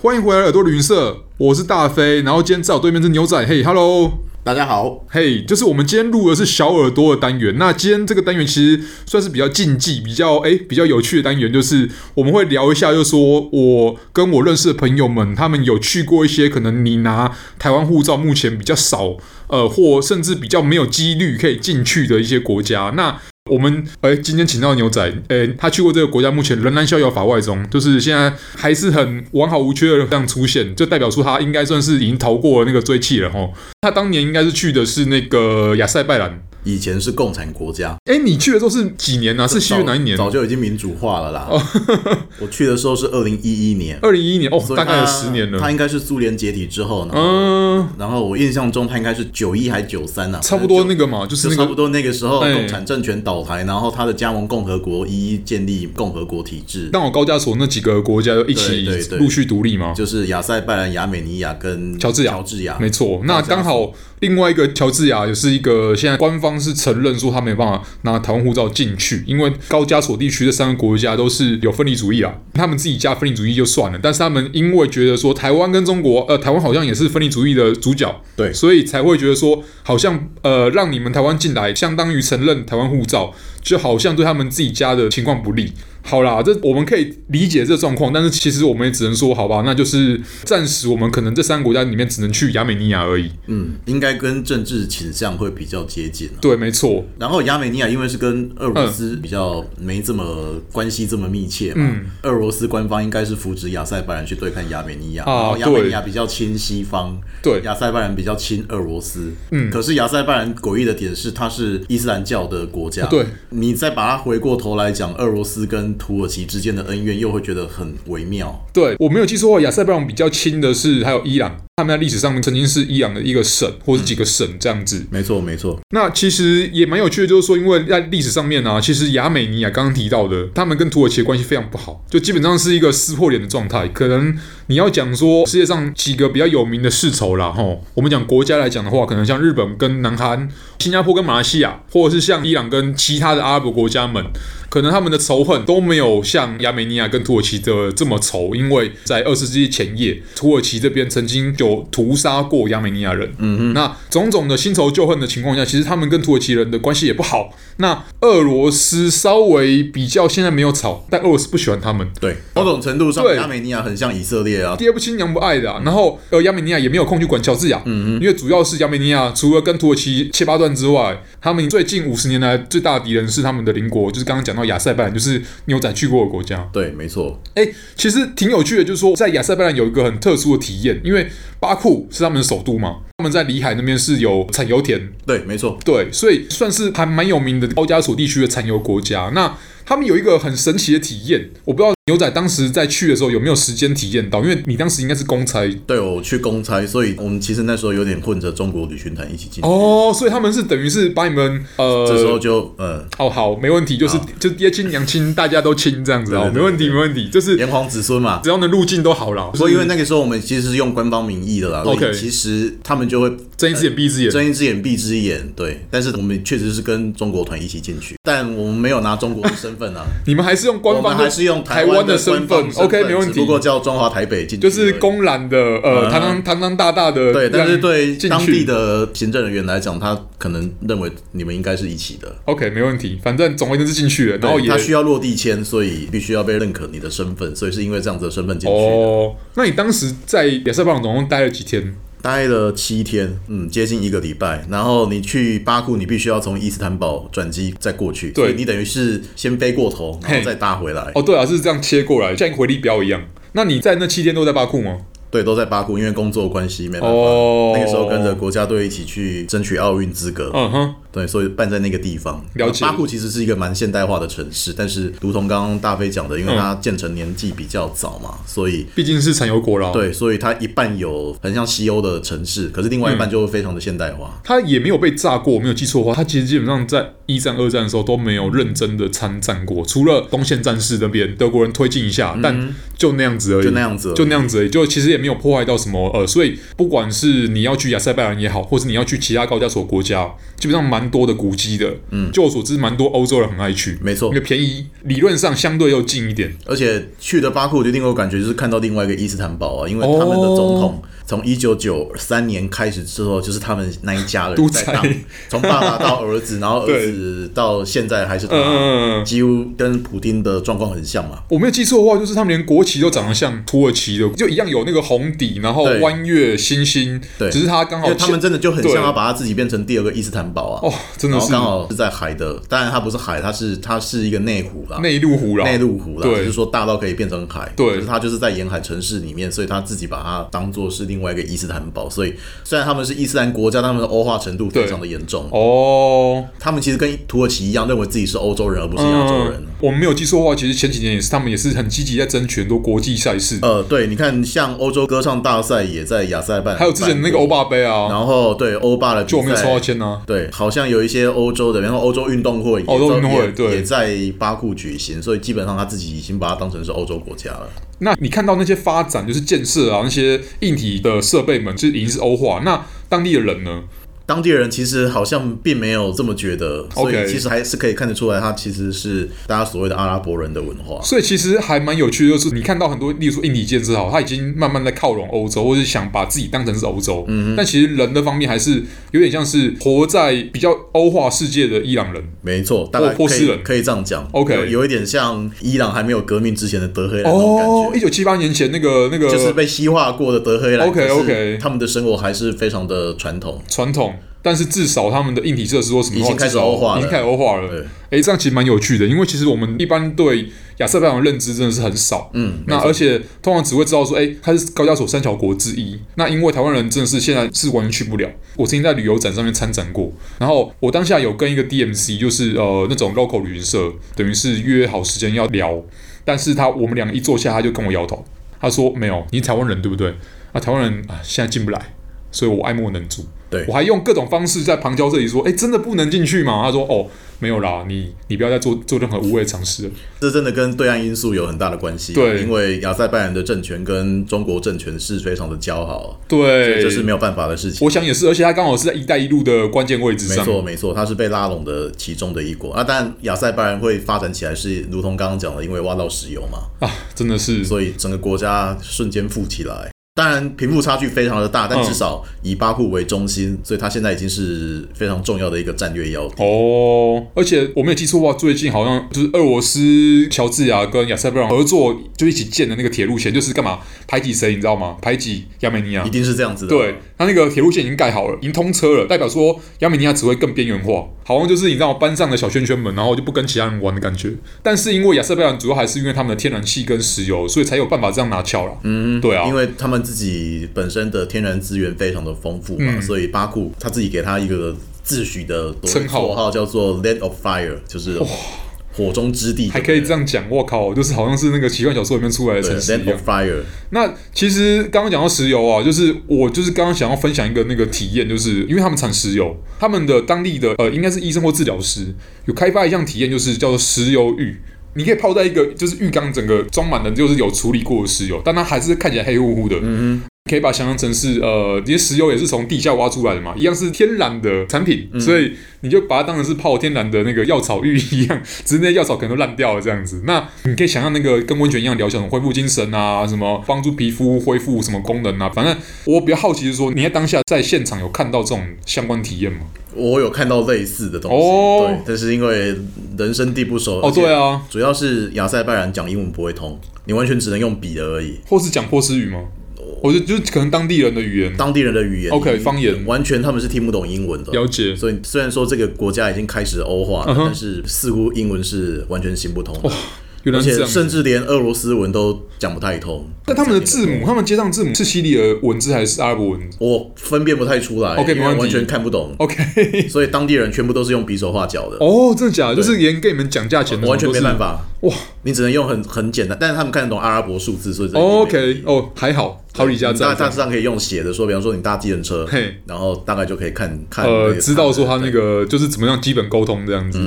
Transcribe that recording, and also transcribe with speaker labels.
Speaker 1: 欢迎回来耳朵旅行社，我是大飞，然后今天在我对面是牛仔，嘿，hello。
Speaker 2: 大家好，
Speaker 1: 嘿就是我们今天录的是小耳朵的单元。那今天这个单元其实算是比较禁忌、比较诶比较有趣的单元，就是我们会聊一下，就是说我跟我认识的朋友们，他们有去过一些可能你拿台湾护照目前比较少，呃，或甚至比较没有几率可以进去的一些国家。那我们诶今天请到牛仔，诶他去过这个国家，目前仍然逍遥法外中，就是现在还是很完好无缺的这样出现，就代表说他应该算是已经逃过了那个追气了吼。他当年应该是去的是那个亚塞拜然。
Speaker 2: 以前是共产国家，
Speaker 1: 哎，你去的时候是几年啊？是西元哪一年？
Speaker 2: 早就已经民主化了啦。 我去的时候是二零一一年，
Speaker 1: 二零一一年哦，
Speaker 2: 所以
Speaker 1: 大概有
Speaker 2: 它
Speaker 1: 十年
Speaker 2: 它
Speaker 1: 了。
Speaker 2: 应该是苏联解体之后，然后、
Speaker 1: 嗯，
Speaker 2: 然后我印象中它应该是九一还九三呢，
Speaker 1: 差不多那
Speaker 2: 个。
Speaker 1: 个嘛，就是
Speaker 2: 就
Speaker 1: 那
Speaker 2: 差不
Speaker 1: 个
Speaker 2: 多那个时候，
Speaker 1: 哎
Speaker 2: 共产政权倒台，然后它的加盟共和国一一建立共和国体制，
Speaker 1: 刚好高加索那几个国家就一起
Speaker 2: 对对对
Speaker 1: 陆续独立嘛。
Speaker 2: 就是亚塞拜然、亚美尼亚跟
Speaker 1: 乔治亚
Speaker 2: 乔治亚，
Speaker 1: 没错，那
Speaker 2: 高加索
Speaker 1: 刚好另外一个乔治亚也是一个现在官方是承认说他没办法拿台湾护照进去，因为高加索地区这三个国家都是有分离主义啊，他们自己加分离主义就算了，但是他们因为觉得说台湾跟中国，呃，台湾好像也是分离主义的主角，
Speaker 2: 对
Speaker 1: 所以才会觉得说好像呃让你们台湾进来，相当于承认台湾护照，就好像对他们自己家的情况不利。好啦，这我们可以理解这状况，但是其实我们也只能说，好吧，那就是暂时我们可能这三个国家里面只能去亚美尼亚而已。
Speaker 2: 嗯，应该跟政治倾向会比较接近啊。
Speaker 1: 对，没错，
Speaker 2: 然后亚美尼亚因为是跟俄罗斯比较没这么关系这么密切嘛，
Speaker 1: 嗯
Speaker 2: 俄罗斯官方应该是扶植亚塞拜然去对抗亚美尼亚，
Speaker 1: 啊
Speaker 2: 然后亚美
Speaker 1: 对
Speaker 2: 尼亚比较亲西方，
Speaker 1: 对
Speaker 2: 亚塞拜然比较亲俄罗斯。
Speaker 1: 嗯
Speaker 2: 可是亚塞拜然诡异的点是，它是伊斯兰教的国家，
Speaker 1: 啊对，
Speaker 2: 你再把它回过头来讲，俄罗斯跟土耳其之间的恩怨又会觉得很微妙。
Speaker 1: 对我没有记错的话，亚塞拜然比较亲的是还有伊朗，他们在历史上曾经是伊朗的一个省或是几个省这样子。
Speaker 2: 没错，没错，
Speaker 1: 那其实也蛮有趣的，就是说，因为在历史上面啊，其实亚美尼亚刚刚提到的，他们跟土耳其的关系非常不好，就基本上是一个撕破脸的状态。可能你要讲说世界上几个比较有名的世仇啦，吼，我们讲国家来讲的话，可能像日本跟南韩、新加坡跟马来西亚，或者是像伊朗跟其他的阿拉伯国家们，可能他们的仇恨都没有像亚美尼亚跟土耳其的这么仇，因为在二十世纪前夜，土耳其这边曾经有屠杀过亚美尼亚人，那种种的新仇旧恨的情况下，其实他们跟土耳其人的关系也不好。那俄罗斯稍微比较现在没有吵，但俄罗斯不喜欢他们，
Speaker 2: 对，某种程度上
Speaker 1: 哦对，
Speaker 2: 亚美尼亚很像以色列啊，
Speaker 1: 爹不亲娘不爱的、啊。然后呃，亚美尼亚也没有空去管乔治亚，嗯、因为主要是亚美尼亚除了跟土耳其切八段之外，他们最近五十年来最大的敌人是他们的邻国，就是刚刚讲到亚塞拜然，就是牛仔去过的国家。
Speaker 2: 对，没错，
Speaker 1: 哎、其实挺有趣的，就是说在亚塞拜然有一个很特殊的体验，因为巴库是他们的首都嘛，他们在里海那边是有产油田，
Speaker 2: 对，没错，
Speaker 1: 对，所以算是还蛮有名的高加索地区的产油国家。那他们有一个很神奇的体验，我不知道牛仔当时在去的时候有没有时间体验到，因为你当时应该是公差
Speaker 2: 对，我去公差，所以我们其实那时候有点混着中国旅行团一起进去。
Speaker 1: 哦，所以他们是等于是把你们呃，
Speaker 2: 这时候就呃，
Speaker 1: 哦好，没问题，就是就爹亲娘亲，大家都亲这样子哦，
Speaker 2: 对对对
Speaker 1: 没问题没问题，就是
Speaker 2: 炎黄子孙嘛。
Speaker 1: 只要能入境都好了。
Speaker 2: 所以因为那个时候我们其实是用官方名义的啦
Speaker 1: OK
Speaker 2: 所以其实他们就会
Speaker 1: 睁一只眼闭一只眼，
Speaker 2: 睁一只眼闭一只眼，对。但是我们确实是跟中国团一起进去，但我们没有拿中国的身份啊，
Speaker 1: 你们还是用
Speaker 2: 我
Speaker 1: 官
Speaker 2: 们
Speaker 1: 方
Speaker 2: 还
Speaker 1: 的
Speaker 2: 是用
Speaker 1: 台
Speaker 2: 湾
Speaker 1: 的
Speaker 2: 身
Speaker 1: 身份，OK 没问
Speaker 2: 只
Speaker 1: 题
Speaker 2: 不。过叫中华台北进去
Speaker 1: 就
Speaker 2: 而已，
Speaker 1: 是公然的，呃，
Speaker 2: 嗯
Speaker 1: 堂堂堂堂大大的，
Speaker 2: 对，但是对
Speaker 1: 进
Speaker 2: 当
Speaker 1: 去
Speaker 2: 地的行政人员来讲，他可能认为你们应该是一起的。
Speaker 1: OK，没问题，反正总而言之是进去了，然后
Speaker 2: 对
Speaker 1: 也
Speaker 2: 他需要落地签，所以必须要被认可你的身份，所以是因为这样子的身份进去的。
Speaker 1: 哦。那你当时在亚瑟棒总共待了几天？
Speaker 2: 待了七天，嗯，接近一个礼拜。然后你去巴库，你必须要从伊斯坦堡转机再过去，
Speaker 1: 对
Speaker 2: 所以你等于是先飞过头，然
Speaker 1: 嘿
Speaker 2: 后再搭回来。
Speaker 1: 哦，对啊，是这样切过来，像一个回力镖一样。那你在那七天都在巴库吗？
Speaker 2: 对，都在巴库，因为工作关系没办法。
Speaker 1: 哦
Speaker 2: 那个时候跟着国家队一起去争取奥运资格，
Speaker 1: 嗯哼，
Speaker 2: 对，所以办在那个地方。
Speaker 1: 了解
Speaker 2: 巴库其实是一个蛮现代化的城市，但是如同刚刚大飞讲的，
Speaker 1: 嗯
Speaker 2: 因为它建成年纪比较早嘛，所以
Speaker 1: 毕竟是产油国啦。，
Speaker 2: 对，所以它一半有很像西欧的城市，可是另外一半
Speaker 1: 嗯
Speaker 2: 就非常的现代化。
Speaker 1: 他也没有被炸过，我没有记错的话，他其实基本上在一战、二战的时候都没有认真的参战过，除了东线战事那边德国人推进一下，但就那样子而已，
Speaker 2: 嗯就那样子而已
Speaker 1: 就那样子而已，就其实也没有破坏到什么呃，所以不管是你要去亚塞拜然也好，或是你要去其他高加索国家，基本上蛮多的古迹的。
Speaker 2: 嗯
Speaker 1: 就我所知，蛮多欧洲人很爱去，
Speaker 2: 没错
Speaker 1: 因为便宜，理论上相对又近一点。
Speaker 2: 而且去的巴库，另外我感觉就是看到另外一个伊斯坦堡啊，因为
Speaker 1: 哦
Speaker 2: 他们的总统从一九九三年开始之后，就是他们那一家
Speaker 1: 独
Speaker 2: 人在
Speaker 1: 裁
Speaker 2: 当，从爸爸到儿子，然后儿子到现在还是
Speaker 1: 嗯嗯
Speaker 2: 他，
Speaker 1: 嗯嗯，
Speaker 2: 几乎跟普丁的状况很像嘛。
Speaker 1: 我没有记错的话，就是他们连国旗都长得像土耳其的，就一样有那个红底，然后
Speaker 2: 对
Speaker 1: 弯月、星星，
Speaker 2: 对
Speaker 1: 只是它刚
Speaker 2: 因
Speaker 1: 好
Speaker 2: 为他们真的就很
Speaker 1: 对
Speaker 2: 像要把他自己变成第二个伊斯坦堡啊，
Speaker 1: 哦，真
Speaker 2: 然
Speaker 1: 的
Speaker 2: 后
Speaker 1: 是
Speaker 2: 刚好是在海的，当然它不是海，它是它是一个内湖啦，
Speaker 1: 内陆湖啦，
Speaker 2: 内陆湖啦，
Speaker 1: 对
Speaker 2: 只是说大到可以变成海，
Speaker 1: 对
Speaker 2: 可是它就是在沿海城市里面，所以它自己把它当做是另外一个伊斯坦堡，所以虽然他们是伊斯兰国家，但他们的欧化程度非常的严重，
Speaker 1: 哦，
Speaker 2: 他们其实跟土耳其一样，认为自己是欧洲人而不是亚洲人。
Speaker 1: 嗯我们没有记错的话，其实前几年也是他们也是很积极在争取很多国际赛事，
Speaker 2: 呃，对，你看，像欧洲歌唱大赛也在亚塞拜，
Speaker 1: 还有之前的那个欧，霸杯啊，
Speaker 2: 然后对欧霸的比
Speaker 1: 就我没有抽
Speaker 2: 赛
Speaker 1: 到，签啊。
Speaker 2: 对，好像有一些欧洲的，然后欧洲运动会也在，
Speaker 1: 哦欧洲运动会
Speaker 2: 也
Speaker 1: 对
Speaker 2: 也在巴库举行，所以基本上他自己已经把它当成是欧洲国家了。
Speaker 1: 那你看到那些发展，就是建设啊，那些硬体的设备们，就是已经是欧化。那当地的人呢？
Speaker 2: 当地人其实好像并没有这么觉得，所
Speaker 1: OK
Speaker 2: 以其实还是可以看得出来，它其实是大家所谓的阿拉伯人的文化。
Speaker 1: 所以其实还蛮有趣的，就是你看到很多，例如说硬体建设好，它已经慢慢在靠拢欧洲，或是想把自己当成是欧洲。嗯，但其实人的方面还是有点像是活在比较欧化世界的伊朗人。
Speaker 2: 没错，大概
Speaker 1: 波波
Speaker 2: 可
Speaker 1: 斯
Speaker 2: 以
Speaker 1: 人
Speaker 2: 可以这样讲。
Speaker 1: OK
Speaker 2: 有有一点像伊朗还没有革命之前的德黑兰那种感
Speaker 1: 哦，
Speaker 2: 觉。
Speaker 1: 一呃九七八年前那个那个
Speaker 2: 就是被西化过的德黑兰
Speaker 1: OK，OK
Speaker 2: 可是他们的生活还是非常的传统。
Speaker 1: 传统，但是至少他们的硬体设施或什么的话
Speaker 2: 已经开始
Speaker 1: 至少
Speaker 2: 欧化了
Speaker 1: 已经开始欧化了。
Speaker 2: 对，
Speaker 1: 哎、这样其实蛮有趣的，因为其实我们一般对亚塞拜然的认知真的是很少。
Speaker 2: 嗯，
Speaker 1: 那而且通常只会知道说，哎、它是高加索三小国之一。那因为台湾人真的是现在是完全去不了。我曾经在旅游展上面参展过，然后我当下有跟一个 DMC，就是呃那种 local 旅行社，等于是约好时间要聊，但是他我们两个一坐下，他就跟我摇头，他说没有，你是台湾人对不对？啊，台湾人啊现在进不来，所以我爱莫能助。
Speaker 2: 对
Speaker 1: 我还用各种方式在旁敲这里说，哎、真的不能进去吗？他说哦。没有啦，你你不要再做做任何无谓的尝试了。
Speaker 2: 这真的跟对岸因素有很大的关系。啊
Speaker 1: 对
Speaker 2: 因为亚塞拜然的政权跟中国政权是非常的交好，
Speaker 1: 对，
Speaker 2: 这是没有办法的事情。
Speaker 1: 我想也是，而且他刚好是在“一带一路”的关键位置
Speaker 2: 没
Speaker 1: 上。
Speaker 2: 错，没错，它是被拉拢的其中的一国。啊，但亚塞拜然会发展起来是如同刚刚讲的，因为挖到石油嘛，
Speaker 1: 啊，真的是
Speaker 2: 所以整个国家瞬间富起来。当然，贫富差距非常的大，但
Speaker 1: 嗯
Speaker 2: 至少以巴库为中心，所以它现在已经是非常重要的一个战略要地。
Speaker 1: 哦。而且我没有记错的话，最近好像就是俄罗斯、乔治亚跟亚塞拜然合作，就一起建的那个铁路线，就是干嘛排挤谁，你知道吗？排挤亚美尼亚
Speaker 2: 一。定是这样子的。
Speaker 1: 对，，他那个铁路线已经盖好了，已经通车了，代表说亚美尼亚只会更边缘化，好像就是你知道班上的小圈圈们，然后就不跟其他人玩的感觉。但是因为亚塞拜然主要还是因为他们的天然气跟石油，所以才有办法这样拿翘了。嗯，对啊，
Speaker 2: 因为他们自己本身的天然资源非常的丰富嘛，
Speaker 1: 嗯
Speaker 2: 所以巴库他自己给他一个自诩的
Speaker 1: 称号
Speaker 2: 绰号叫做 “Land of Fire”，就是火中之地，
Speaker 1: 还可以这样讲，我靠，就是好像是那个奇幻小说里面出来的
Speaker 2: 对
Speaker 1: 城市一
Speaker 2: ，Land
Speaker 1: 样
Speaker 2: of。Fire。
Speaker 1: 那其实刚刚讲到石油啊，就是我就是刚刚想要分享一个那个体验，就是因为他们产石油，他们的当地的呃应该是医生或治疗师有开发一项体验，就是叫做石油浴。你可以泡在一个就是浴缸，整个装满的就是有处理过的石油，但它还是看起来黑乎乎的。嗯哼。可以把它想象成是呃，这些石油也是从地下挖出来的嘛，一样是天然的产品，
Speaker 2: 嗯
Speaker 1: 所以你就把它当成是泡天然的那个药草浴一样， 只是那些药草可能都烂掉了这样子。那你可以想象那个跟温泉一样疗效，什么恢复精神啊，什么帮助皮肤恢复什么功能啊，反正我比较好奇是说，你在当下在现场有看到这种相关体验吗？
Speaker 2: 我有看到类似的东西，
Speaker 1: 哦
Speaker 2: 对，但是因为人生地不熟，
Speaker 1: 哦，对，啊，
Speaker 2: 主要是亚塞拜然讲英文不会通，你完全只能用笔的而已，
Speaker 1: 或是讲波斯语吗？我就就是可能当地人的语言，
Speaker 2: 当地人的语言
Speaker 1: OK，
Speaker 2: 你
Speaker 1: 方言
Speaker 2: 完全他们是听不懂英文的。
Speaker 1: 了解。
Speaker 2: 所以虽然说这个国家已经开始欧化了
Speaker 1: 嗯哼
Speaker 2: 但是似乎英文是完全行不通的。
Speaker 1: 原来
Speaker 2: 而
Speaker 1: 是
Speaker 2: 且
Speaker 1: 这样
Speaker 2: 甚
Speaker 1: 子。
Speaker 2: 至连俄罗斯文都讲不太通。
Speaker 1: 但他们的字母，他们街上字母是西里尔文字还是阿拉伯文字
Speaker 2: 我分辨不太出来
Speaker 1: OK，
Speaker 2: 因
Speaker 1: 没
Speaker 2: 为
Speaker 1: 问题
Speaker 2: 完全看不懂，
Speaker 1: ？OK，
Speaker 2: 所以当地人全部都是用比手画脚的，
Speaker 1: 哦，真的假的？就是连跟你们讲价钱的，
Speaker 2: 完全没办
Speaker 1: 法。
Speaker 2: 法。
Speaker 1: 哇
Speaker 2: 你只能用很很简单，但是他们看得懂阿拉伯数字，所以这个
Speaker 1: 哦
Speaker 2: 没嗯问
Speaker 1: ，OK，
Speaker 2: 题
Speaker 1: 哦，还好，好李家
Speaker 2: 你大
Speaker 1: 在
Speaker 2: 大致上可以用写的说，比方说你搭计程车
Speaker 1: 嘿，
Speaker 2: 然后大概就可以看看那嗯
Speaker 1: 呃，
Speaker 2: 个
Speaker 1: 知道说他
Speaker 2: 对
Speaker 1: 那个就是怎么样基本沟通这样子。